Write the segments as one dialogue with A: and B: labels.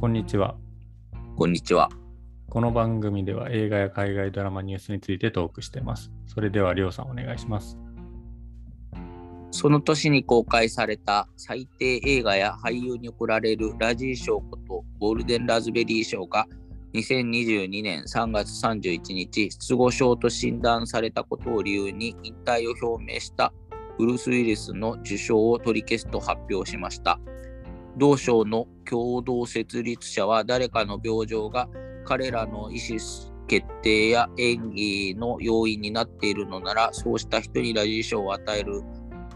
A: こんにちは。
B: こんにちは。
A: この番組では映画や海外ドラマニュースについてトークしています。それでは、りょうさんお願いします。
B: その年に公開された最低映画や俳優に贈られるラジー賞ことゴールデンラズベリー賞が2022年3月31日失語症と診断されたことを理由に引退を表明したブルース・ウィリスの受賞を取り消すと発表しました同賞の共同設立者は誰かの病状が彼らの意思決定や演技の要因になっているのならそうした人にラジー賞を与える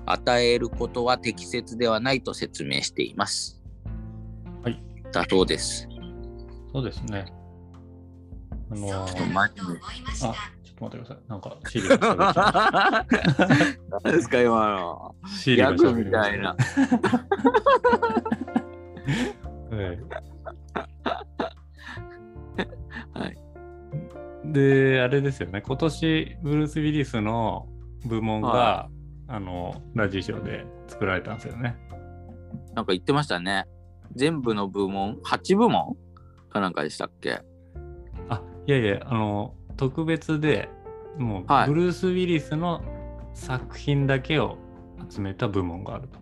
B: 与えることは適切ではないと説明しています。
A: はい。
B: だそう です。
A: そうですね。あのー、
C: そうだろうと思いまし
A: あち
C: た。、
A: ょっと待ってください。なんか、シリが喋りました、
B: 何ですか今の。
A: シリが喋 りました。
B: な。
A: はい。
B: はい。
A: で、あれですよね、今年、ブルース・ウィリスの部門が、
B: は
A: あの、ラジー賞で作られたんですよね。
B: なんか言ってましたね。全部の部門、8部門かなんかでしたっけ
A: あ、いやいや、あの、特別で、もう、
B: はい
A: ブルース・ウィリスの作品だけを集めた部門があると。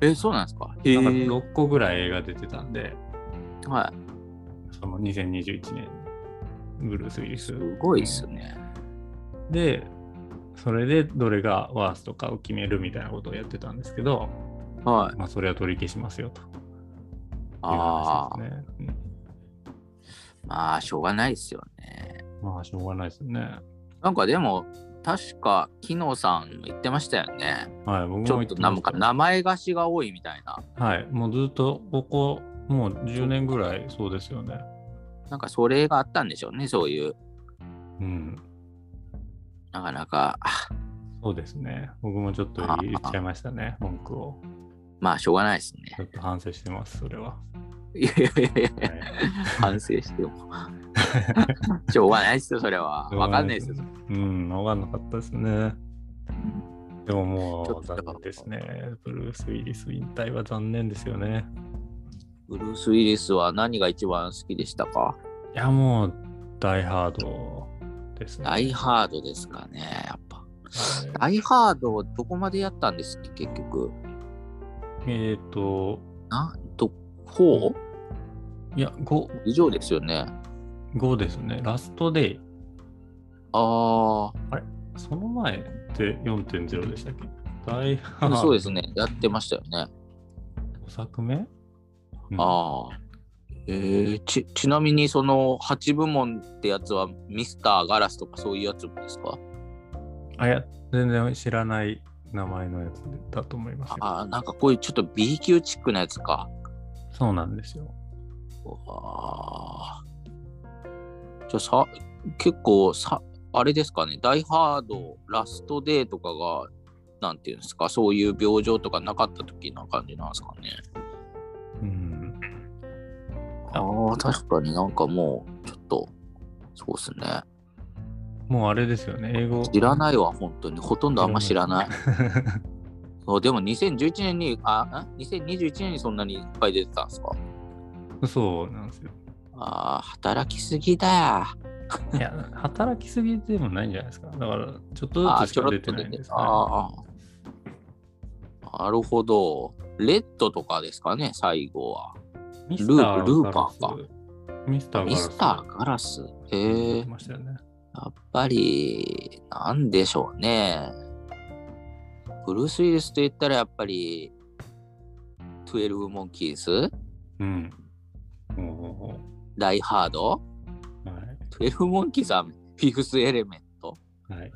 B: え、そうなんですかへ
A: なんか
B: ー
A: 6個ぐらい映画出てたんで、
B: はい。
A: その2021年、ブルース・ウィリス。
B: すごいっすね。
A: で、それでどれがワーストかを決めるみたいなことをやってたんですけど、
B: はい。
A: まあ、それは取り消しますよと。いう
B: あ
A: 話
B: あ、
A: ですね。うん
B: まあ、しょうがないですよね。
A: まあ、しょうがないですよね。
B: なんかでも、確か、昨日さん言ってましたよね。
A: はい、僕も
B: ちょ
A: 言
B: ってと
A: ま
B: な
A: し
B: ん
A: た
B: か名前貸しが多いみたいな。
A: はい、もうずっとここ、もう10年ぐらいそうですよね。
B: なんかそれがあったんでしょうね、そういう。
A: うん、
B: なかなか、あ
A: そうですね。僕もちょっと言っちゃいましたね、文句を。
B: まあしょうがないですね
A: ち。ょっと反省してます、それは。
B: いやいやいやい
A: は
B: や、
A: い、
B: 反省しても。 しょうがないですよ、それは。 わかんないですよ。
A: うん、わかんなかったですね。でも
B: ちょ
A: も
B: っ
A: う
B: と
A: 残念ですね。ブルース・ウィリス引退は残念ですよね。
B: ブルース・ウィリスは何が一番好きでしたか
A: いや、もう、ダイハードですね。
B: ダイハードですかね、やっぱ。
A: はい
B: ダイハードをどこまでやったんですっけ、結局。
A: えっ、ー、と、
B: な、ど、4?
A: いや、5、
B: 以上ですよね。
A: 5ですね。ラストデイ。
B: あ
A: その前って4.0でしたっけ大
B: あ、
A: 半
B: そうですね。やってましたよね。
A: 5作目、うん
B: ああ。えー、ちちなみにその8部門ってやつはミスターガラスとかそういうやつもですか
A: あ、いや、全然知らない名前のやつだと思いますよ
B: ああなんかこういうちょっと B 級チックなやつか。
A: そうなんですよ。
B: ああ。じゃあさ結構さあれですかね「ダイ・ハード」「ラスト・デー」とかがなんていうんですかそういう病状とかなかった時な感じなんですかね。
A: うん。
B: ああ確かになんかもうちょっとそうですね。
A: もうあれですよね、英語。
B: 知らないわ本当にほとんどあんま知らない。そう でも2011年に、あ、ん2021年にそんなにいっぱい出てたんですか
A: そうなんですよ。
B: ああ、働きすぎだ
A: いや、働きすぎでもないんじゃないですか。だから、ちょっ
B: よ。あ
A: とず
B: あ、
A: つし
B: ちょ
A: から出
B: ってと
A: な
B: 出
A: いん
B: て
A: で
B: る
A: すね。
B: ああ。なるほど。レッドとかですかね、最後は。
A: ミ
B: ル
A: ス
B: ー
A: ター
B: ルー
A: ガ
B: パ
A: ラ
B: ーか
A: ス。ミスターガラス。
B: ミスターガラス。へえ、
A: 出
B: や
A: てましたよね。
B: っぱり、なんでしょうね。ブルース・ウィリスと言ったらやっぱり、12モンキーズ、
A: うん。ほうほうほ
B: ダイ・ハード、
A: うはい。
B: 12モンキーズはフィフス・エレメント。
A: はい。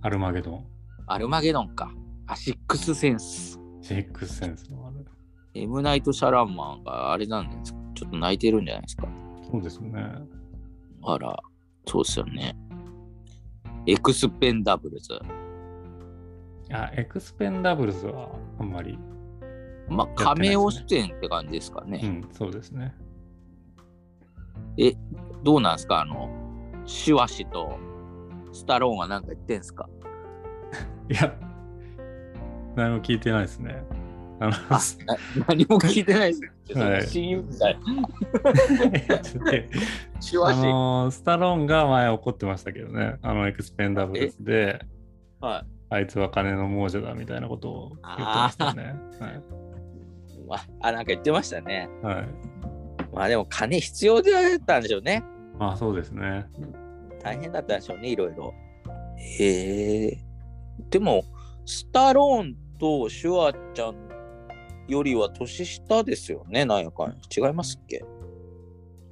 A: アルマゲドン。
B: アルマゲドンか。アシックスセンス。
A: シックスセンスもある。
B: エムナイト・シャランマンがあれなんですかちょっと泣いてるんじゃないですか
A: そうですね。
B: あら、そうですよね。エクスペンダブルズ。
A: あ、エクスペンダブルズはあんまり。
B: まあ、
A: やってな
B: 仮
A: いですね
B: 名を出演って感じですか
A: う
B: ね。
A: ん、そうですね。
B: どうなんですかあの、シュワシとスタローンは何か言ってんすか
A: いや、何も聞いてないですね。あの、
B: あな 何も聞いてないですよ。
A: はい
B: 親友みたい。
A: で
B: しわ
A: あ
B: し。
A: のスタローンが前怒ってましたけどね、あのエクスペンダブルスで、
B: は
A: あいつは金の亡者だみたいなことを言ってましたよね。
B: い。まあ、あなんか言ってましたね。
A: はい、はい。
B: まあでも金必要であったんでしょうね。
A: まあそうですね。
B: 大変だったんでしょうね、いろいろ。へえ。でも、スタローンとシュワちゃんよりは年下ですよね、なんやかんや。違いますっけ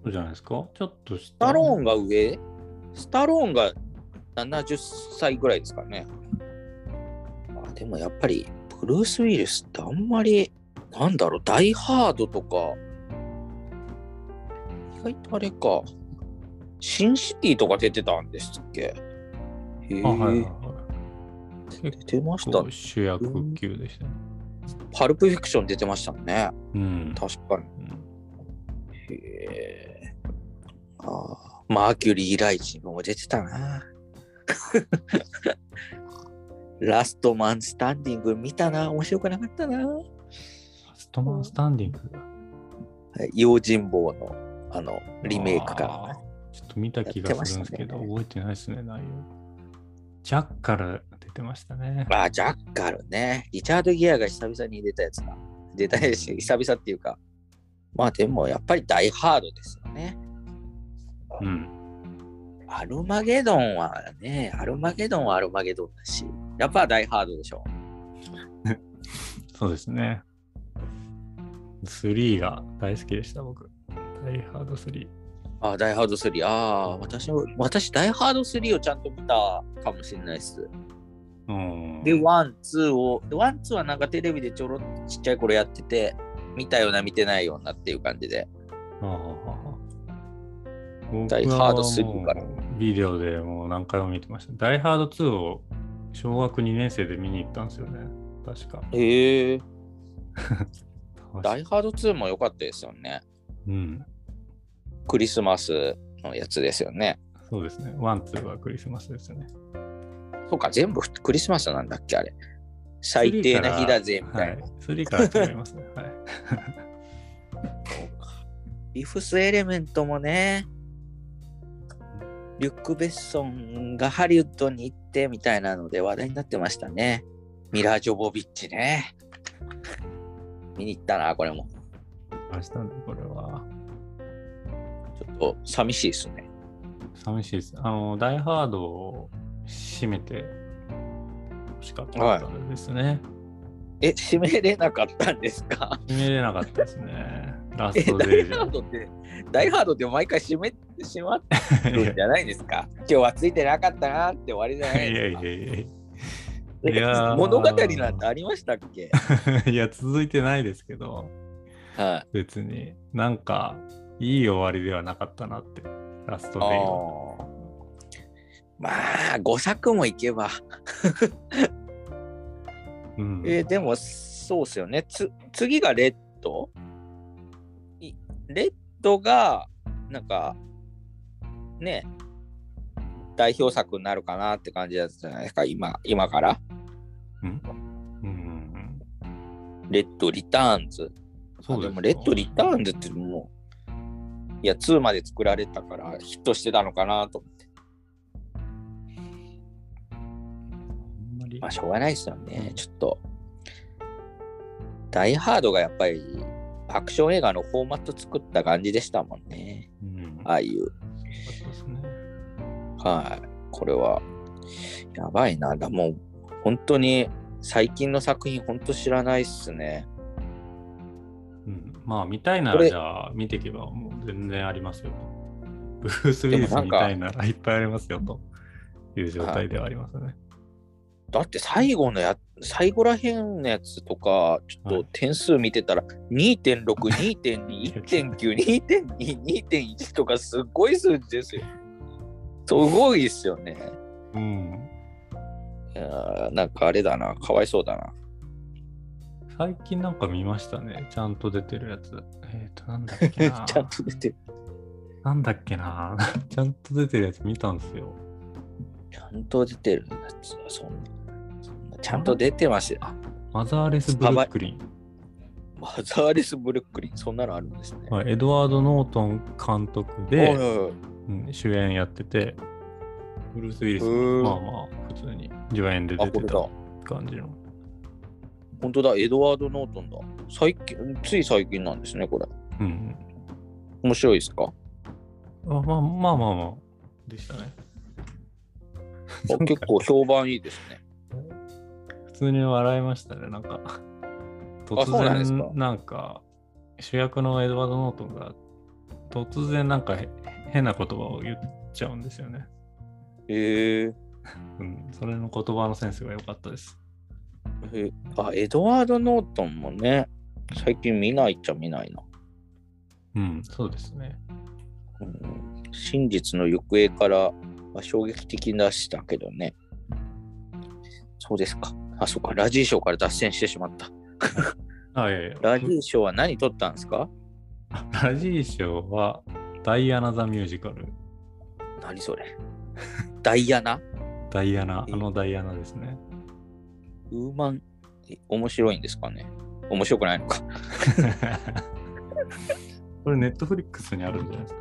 A: そうじゃないですか。ちょっとス
B: スタローンが上スタローンが70歳ぐらいですかね。あでもやっぱり、ブルース・ウィリスってあんまり、なんだろう、ダイ・ハードとか、意外とあれか、シンシティとか出てたんですっけへえ、
A: あ、はいはいはい。
B: 出てました
A: こう主役級でしたね。
B: パルプフィクション出てましたもんね。
A: うん。
B: 確か
A: うん
B: に。へえ。ああ。マーキュリー・ライジンも出てた な。ラストマンスタンディング見たな。面白くなかったな。
A: ラストマンスタンディングが
B: 用心棒のあのリメイク
A: あ
B: か。
A: ーちょっと見た気がするんですけど、
B: やって
A: 覚えてないですね、内容。ジャッカル出てましたね。
B: ああ、ジャッカルね。リチャード・ギアが久々に出たやつだ。出たやつ、久々っていうか。まあでもやっぱりダイ・ハードですよね。
A: うん。
B: アルマゲドンはね、アルマゲドンはアルマゲドンだし、やっぱダイハードでしょ。
A: そうですね。3が大好きでした、僕。ダイハード3。
B: あ、ダイハード3。ああ、私も、私、ダイハード3をちゃんと見たかもしれないです。
A: うん。
B: で、ワン、ツーを、でワン、ツーはなんかテレビでちょろっとちっちゃい頃やってて、見たような、見てないようなっていう感じで。
A: ああ
B: ダイハード3から。
A: 僕はもうビデオでもう何回も見てました。ダイハード2を小学2年生で見に行ったんですよね。確か。
B: へえ。
A: 確
B: ダ
A: か
B: イハード2も良かったですよね。
A: うん。
B: クリスマスのやつですよね。
A: そうですね。ワン、ツーはクリスマスですよね。
B: そうか、全部クリスマスなんだっけ、あれ。最低な日だぜ、みたいな。
A: はい。3から違いますね。はい。
B: リフスエレメントもね、リュック・ベッソンがハリウッドに行ってみたいなので話題になってましたね。ミラー・ジョボビッチね。見に行ったな、これも。
A: 明日ね、これは。
B: ちょっと寂しいですね。
A: 寂しいです。あの、ダイハードを締めて欲しかったですね。
B: え、締めれなかったんですか
A: 締めれなかったです ね。ラ
B: え、
A: スト
B: ダ
A: デ
B: イ
A: ージ
B: ハー
A: ョ
B: ドって、ダイハードって毎回締めてしまってるん
A: ン。
B: じゃないですか今日はついてなかったなって終わりじゃない
A: いやいや
B: ですか。
A: いやい
B: なんか
A: いやー
B: 物語なんてありましたっけ
A: や。いや、続いてないですけど、
B: はい。
A: 別になんかいい終わりではなかったなって。ラストデージョン。
B: あーまあ5作もいけば、
A: うん
B: えーでもそうっすよねつ次がレッドいレッドがなんかね代表作になるかなって感じだったじゃないですか今今から
A: うんうん
B: レッドリターンズ
A: そうです
B: あで
A: よ
B: もレッドリターンズってもういや2まで作られたからヒットしてたのかなと、
A: あんまり
B: まあ、しょうがないですよねちょっとダイハードがやっぱりアクション映画のフォーマット作った感じでしたもんね
A: うん
B: ああいう
A: そうですね
B: はいこれはやばいなだもう本当に最近の作品本当知らないっすね
A: うんまあ見たいな
B: こ
A: ら
B: れ
A: じゃあ見ていけばもう全然ありますよと。ブルース・ウィリス見たいならいっぱいありますよという状態ではありますね。
B: だって最後のや最後らへんのやつとかちょっと点数見てたら2.62.21.9.2.2.1とかすごい数字ですよすごいっすよね
A: うん、
B: いやーなんかあれだなかわいそうだな
A: 最近なんか見ましたね。ちゃんと出てるやつ。えっ、と、なんだっけな。
B: ちゃんと出てる
A: なんだっけな。 ちゃんと出てるやつ見たんですよ。
B: ちゃんと出てるやつはそんなそんなちゃんと出てますよ
A: マザーレス・ブルックリン。
B: マザーレス・ブルックリン、そんなのあるんですね。
A: まあエドワード・ノートン監督
B: はい
A: で、
B: はいはい
A: うん主演やってて、ブルース・ウィリス
B: へー
A: もまあまあ普通に助演で
B: あ、
A: 出
B: こ
A: て
B: れ
A: た
B: だ。
A: 感じの。
B: 本当だ、エドワード・ノートンだ。最近、つい最近なんですね、これ。
A: うん
B: 面白いですか
A: あまあまあまあまあ、でしたね。
B: あ結構評判いいですね。
A: 普通に笑いましたね、なんか。突
B: そうなんですか
A: 然、なんか、主役のエドワード・ノートンが、突然なんかへ変な言葉を言っちゃうんですよね。
B: へえ
A: うん、それの言葉のセンスが良かったです。
B: へあ、エドワード・ノートンもね、最近見ないっちゃ見ないな。
A: うん、そうですね。
B: うん、真実の行方から、まあ、衝撃的でしたけどね。そうですか。あ、そうか、ラジー賞から脱線してしまった。
A: あ、いやいや。
B: ラジー賞は何取ったんですか
A: ラジー賞は、ダイアナ・ザ・ミュージカル。
B: 何それ。 ダイアナ
A: ダイアナ、
B: え
A: あのダイアナです ね。
B: ウーマン、え面白いんですかね面白くないのか。
A: これ、ネットフリックスにあるんじゃないですか。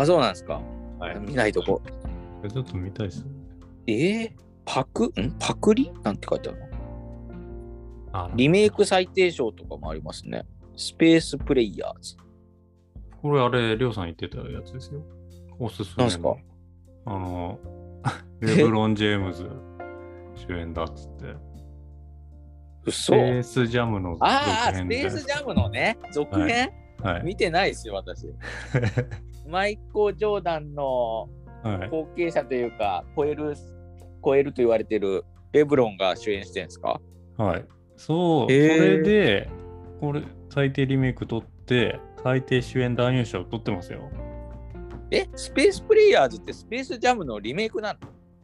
B: あ、そうなんですか。
A: は
B: 見ないとこ。
A: これちょっと見たいですね。
B: えー、パク、んパクリなんて書いてあるの
A: あ
B: リメイク最低賞とかもありますね。スペースプレイヤーズ。
A: これあれ、りょうさん言ってたやつですよ。おすすめの。
B: なんすか
A: あ の、レブロン・ジェームズ主演だっつって。ス
B: 嘘
A: ペースジャムの続
B: ああ、ス
A: 編
B: ペースジャムのね、続編、
A: ム。はい。
B: 見てないです よ、私。マイコ・ジョーダンの
A: はい、
B: 後継者というか、超える、超えると言われてるレブロンが主演してるんですか
A: はい。そう、
B: へー
A: それで、これ、最低リメイク取って、最低主演男優賞取ってますよ。
B: え、スペースプレイヤーズってスペースジャムのリメイクなの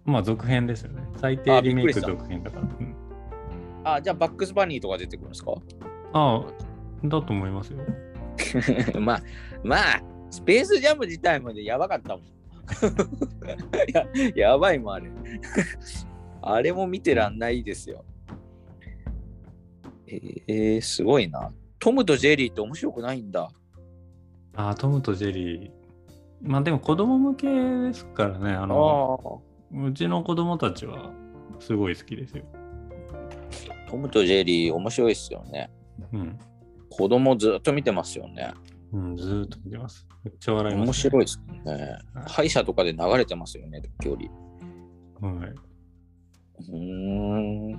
A: まあ、続編ですよね。最低リメイク続編だから。うん
B: あ、じゃあバックスバニーとか出てくるん ですか
A: ああ、だと思いますよ。
B: まあ、まあ、スペースジャム自体までやばかったもん。 ややばいもん、あれ。 あれも見てらんないですよ。えー、すごいな。トムとジェリーって面白くないんだ。
A: ああ、トムとジェリー。まあ、でも子供向けですからね。あ
B: あ
A: の、
B: ー
A: うちの子供たちはすごい好きですよ。
B: トムとジェリー面白いですよね。
A: うん。
B: 子供ずっと見てますよね。
A: うん、ずーっと見てます。めっちゃ笑います、
B: 面白いですね。
A: はい
B: 歯医者とかで流れてますよね、時折。
A: はい。
B: うーん。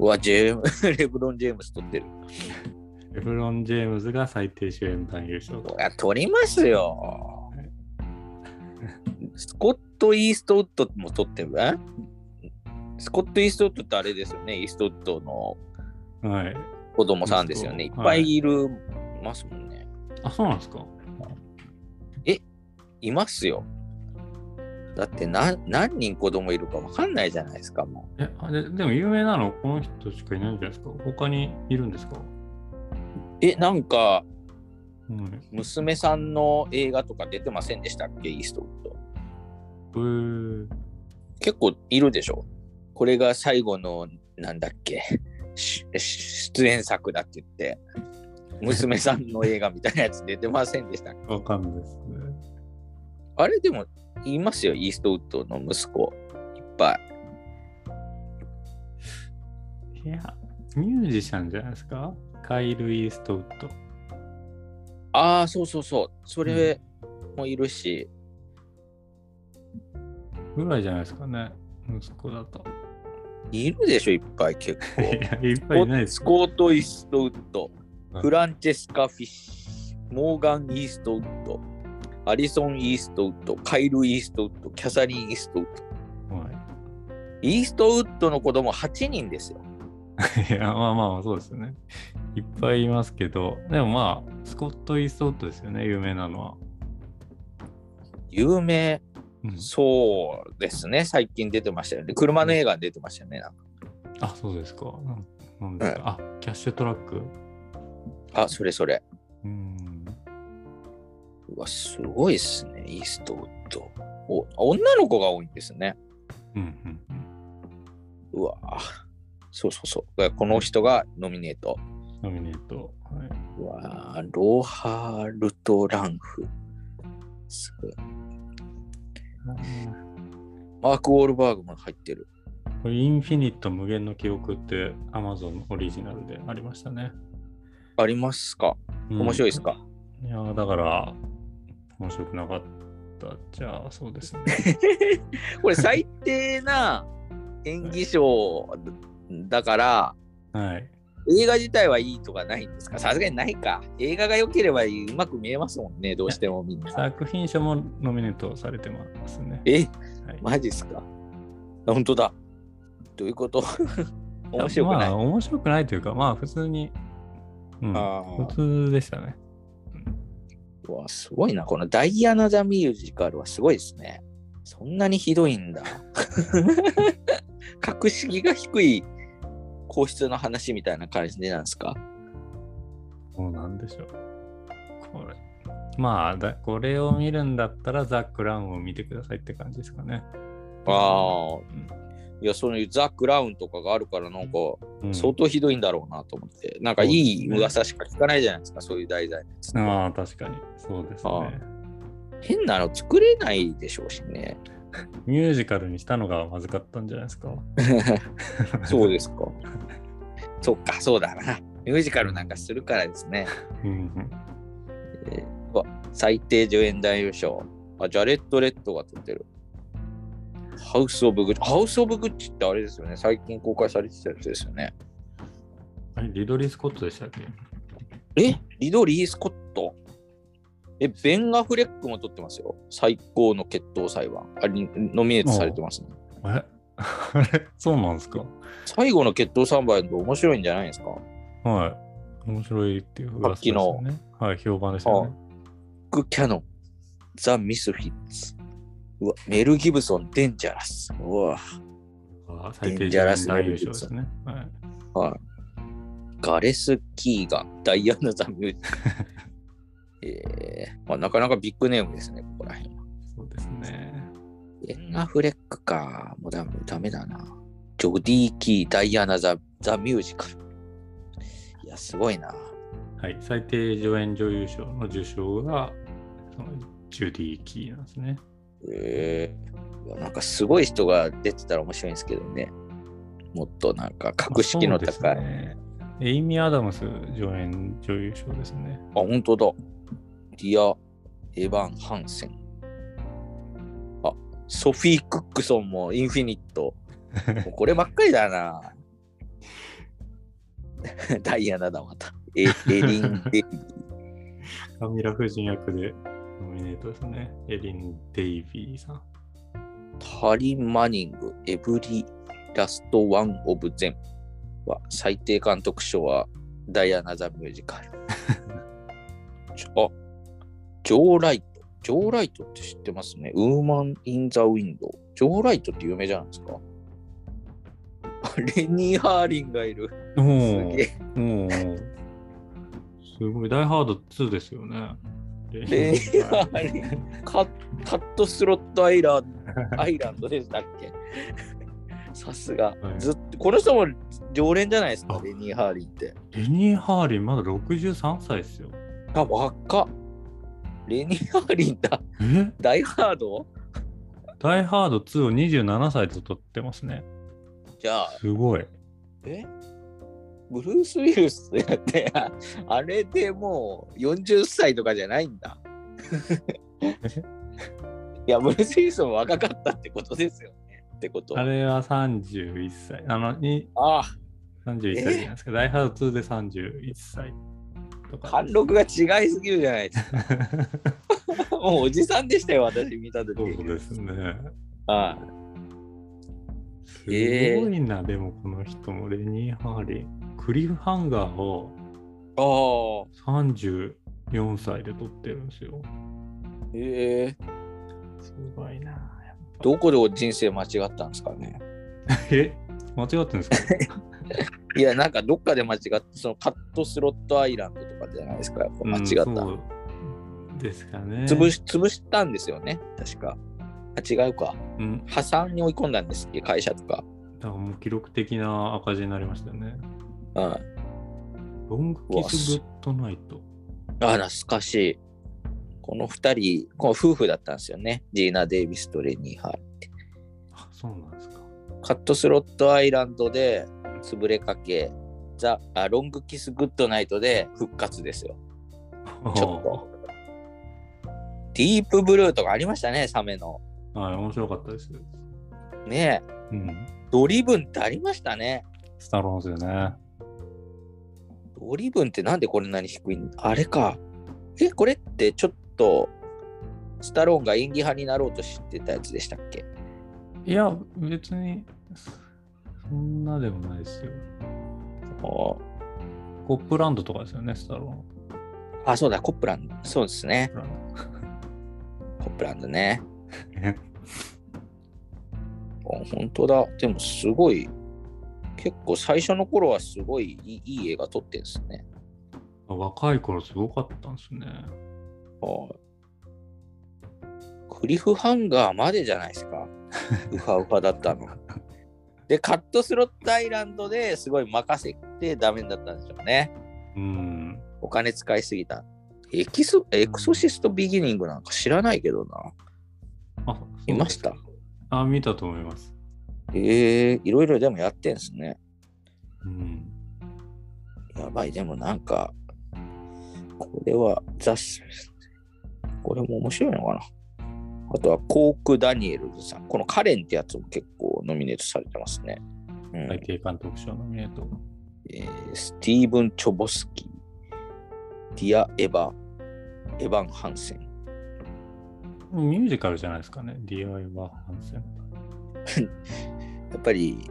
B: うわ、ジェーム レブロン・ジェームス撮ってる。
A: レブロン・ジェームズが最低主演男優賞
B: これは撮りますよ。スコット・イーストウッドも撮ってるえスコット・イーストウッドってあれですよね。イーストウッドの
A: はい。
B: 子供さんですよね。い
A: イー
B: っ
A: ストウッド
B: ぱいいる、ますもんね。
A: あ、そうなんですか
B: いますよ。だって何何人子供いるか分かんないじゃないですか、も
A: えあで、でも有名なのこの人しかいないんじゃないですか他にいるんですか
B: う。え、なんか、
A: うん。へ
B: 娘さんの映画とか出てませんでしたっけ、イーストウッド。
A: ー
B: 結構いるでしょ。これが最後の、なんだっけ、しし出演作だって言って、娘さんの映画みたいなやつ出てませんでしたっけ。
A: わかんないですね。
B: あれでも、いますよ、イーストウッドの息子。いっぱい。
A: いや、ミュージシャンじゃないですかカイル・イーストウッド。
B: ああ、そうそうそう。それもいるし、
A: ぐらいじゃないですかね。息子だと。
B: いるでしょ、いっぱい結構。
A: いや、いっぱいいないです
B: ス
A: か
B: コート・イーストウッド、
A: はい
B: フランチェスカ・フィッシュ、モーガン・イーストウッド、アリソン・イーストウッド、カイル・イーストウッド、キャサリン・イーストウッド。
A: は
B: イーストウッドの子供8人ですよ。
A: い。いや、まあまあ、そうですよね。いっぱいいますけど、でもまあ、スコット・イーストウッドですよね、有名なのは。
B: 有名、
A: うん、
B: そうですね。最近出てましたよね。車の映画に出てましたよね。なんか
A: あ、そうですか。うんなんですか。あ、キャッシュトラック。
B: あ、それそれ。
A: うん。
B: うわ、すごいっすね。イーストウッド。お女の子が多いんですね。
A: うんうん
B: うわ、そうそうそう。この人がノミネート。
A: ノミネート。はい、
B: わあ、ロハルト・ランフ。すごい。マーク・ウォールバーグも入ってる。
A: これインフィニット無限の記憶って Amazon オリジナルでありましたね。
B: ありますか
A: うん
B: 面白いですか、
A: いやーだから、面白くなかった。じゃあ、そうですね。
B: これ最低な演技賞だから、
A: はい。
B: 映画自体はいいとかないんですかさすがにないか。映画が良ければうまく見えますもんね、どうしてもみんな。
A: 作品賞もノミネートされてますね。
B: え、
A: はい
B: マジっすかあ本当だ。どういうこと面白くない。
A: やまあ、面白くないというか、まあ、普通に、うん、
B: あー
A: 普通でしたね。
B: うわ、すごいな。このダイアナ・ザ・ミュージカルはすごいですね。そんなにひどいんだ。格式が低い皇室の話みたいな感じでなんですか
A: そうなんでしょう。これ。まあだ、これを見るんだったら、ザ・クラウンを見てくださいって感じですかね。
B: ああ。いや、そういうザ・クラウンとかがあるから、なんか
A: うん
B: 相当ひどいんだろうなと思って。なんかいい噂しか聞かないじゃないですか、そういう題材のやつって
A: ああ、確かに。そうです
B: あ
A: ね。
B: 変なの作れないでしょうしね。
A: ミュージカルにしたのがまずかったんじゃないですか。
B: そうです か。そっか、そうだな。ミュージカルなんかするからですね。
A: うん
B: えーうわ最低助演男優賞。あ、ジャレット・レッドが取ってる。ハウス・オブ・グッチ。ハウス・オブ・グッチってあれですよね。最近公開されてたやつですよね。
A: あれリドリー・スコットでしたっけ
B: えリドリー・スコット。え、ベン・アフレックも取ってますよ。最高の決闘裁判。あれ、ノミネートされてますね。
A: えあれそうなんですか
B: 最後の決闘裁判って面白いんじゃないですか
A: はい。面白いっていう噂ですよね。はい、評判でしたね。
B: ブック・キャノン、ザ・ミスフィッツ。うわ、メル・ギブソン、デンジャラス。うわ、
A: あ最低上演大優勝ですね。はい、
B: はい。ガレス・キーガン、ダイアナ・ザ・ミュージック。えーまあ、なかなかビッグネームですね、ここら辺は。
A: そうですね。
B: ベン・アフレックか。もうダメダメだな。ジョディ・キー、ダイアナ・ザ・ザ・ミュージカル。いや、すごいな。
A: はい、最低上演女優賞の受賞がそのジュディ・キーなんですね。
B: えーいやなんかすごい人が出てたら面白いんですけどね。もっとなんか格式の高い。
A: そうですねエイミー・アダムス上演女優賞ですね。
B: あ、本当だ。ディア・エヴァン・ハンセン。あ、ソフィー・クックソンもインフィニット。もうこればっかりだな。ダイアナだ、また。エエリン・デイリー。
A: カミラ夫人役でノミネートですね。エリン・デイビーさん。
B: タリン・マニング、エブリ・ラスト・ワン・オブ・ゼンは、最低監督賞は、ダイアナ・ザ・ミュージカル。ちょあ、ジョー・ライト。ジョー・ライトって知ってますね。ウーマン・イン・ザ・ウィンドウ。ジョー・ライトって有名じゃないですか。 あレニー・ハーリンがいる。
A: お
B: す
A: ー
B: げえ。
A: おーすごい。ダイ・ハード2ですよね。
B: レニー・ハーリン。カカットスロットアイランアイランドでしたっけさすが、
A: はい
B: ずっとこの人も常連じゃないですか
A: あ
B: レニー・ハーリンって
A: レニー・ハーリン、まだ63歳ですよ。
B: あ若っレニー・ハーリンだ
A: え
B: ダイ・ハード
A: ダイ・ハード2を27歳と撮ってますね。
B: じゃあ
A: すごい。
B: えブルース・ウィルスってやってああれでもう40歳とかじゃないん だいやブルース・ウィルスも若かったってことですよねってこと
A: あれは31歳。あの、に
B: ああ
A: 31歳じゃないですか。ダイ・ハード2で31歳とか
B: 貫
A: です。
B: 禄が違いすぎるじゃないです かもうおじさんでしたよ私見た時
A: そうですね。
B: あ
A: すご
B: えー
A: いな、でもこの人もレニー・ハーリン。クリフハンガーを
B: ああ
A: 34歳で撮ってるんですよ。
B: ええ
A: すごいな。やっぱ
B: どこで人生間違ったんですかね
A: え間違ってるんですか
B: いやなんかどっかで間違ったそのカットスロットアイランドとかじゃないですかやっぱ 間違った、
A: うんそうですかね。
B: 潰し潰したんですよね確かあ違うか
A: うん、
B: 破産に追い込んだんですっけ会社とか
A: だからもう記録的な赤字になりましたよね。
B: うん
A: ロングキスグッドナイト。
B: あ、懐かしい。この二人、この夫婦だったんですよね。ジーナ・デイビスとレニー・ハーって。
A: あ、そうなんですか。
B: カットスロットアイランドで潰れかけ、ザ・あロングキス・グッドナイトで復活ですよ。ちょっと。ディープブルーとかありましたね、サメの。
A: と。はい、面白かったです。
B: ねえ、
A: うん。
B: ドリブンってありましたね。
A: スタローンズよね。
B: ドリブンってなんでこんなに低いんあれか。え、これってちょっと、スタローンが演技派になろうとしてたやつでしたっけ
A: いや、別に、そんなでもないですよ。コップランドとかですよね、スタロ
B: ああ、そうだ、コップランド。そうですね。
A: ーン。
B: コップランドね。
A: ね
B: あ本当だ。でもすごい、結構最初の頃はすごいいいいい映画撮ってんですね。
A: 若い頃すごかったんですね。
B: はいクリフハンガーまでじゃないですか。ウハウハだったの。で、カットスロットアイランドですごい任せてダメだったんでしょうね。
A: うん。
B: お金使いすぎた。エキスエクソシストビギニングなんか知らないけどな。
A: あ、
B: いました
A: あ、見たと思います。
B: ええいろいろでもやってんすね。
A: うん。
B: やばい、でもなんか、これは雑誌。これも面白いのかな。あとはコーク・ダニエルズさん。このカレンってやつも結構ノミネートされてますね。うん
A: 最低監督賞ノミネート。
B: えースティーブン・チョボスキー、ディア・エヴァ、エヴァン・ハンセン。
A: ミュージカルじゃないですかね。DIY ハンセン。
B: やっぱり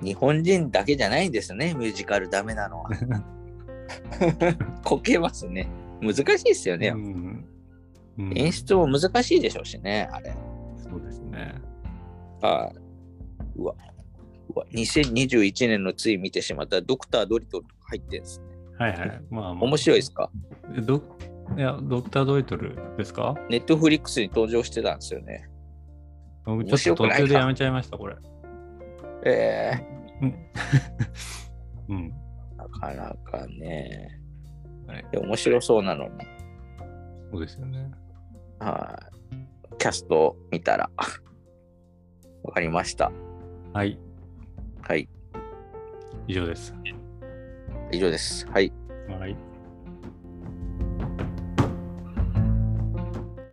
B: 日本人だけじゃないんですね、ミュージカルダメ なのは。こけますね。難しいですよね。
A: うん。うん
B: 演出も難しいでしょうしね、あれ。
A: そうですね。
B: あうわ。うわ、2021年のつい見てしまったドクター・ドリトルとか入ってるんですね。
A: はいはい。まあ、まあ、
B: 面白いですか
A: えドいや、ドクター・ドリトルですか
B: ネットフリックスに登場してたんですよね。
A: 僕
B: 面
A: ちょ
B: 白
A: っと
B: く
A: 途
B: ないか
A: 中でやめちゃいました、これ。
B: ええ
A: うん。
B: なかなかね。
A: はい
B: で面白そうなのに。
A: そうですよね。
B: はい。キャストを見たら。わかりました。
A: はい。
B: はい。
A: 以上です。
B: 以上です。はい。
A: はい。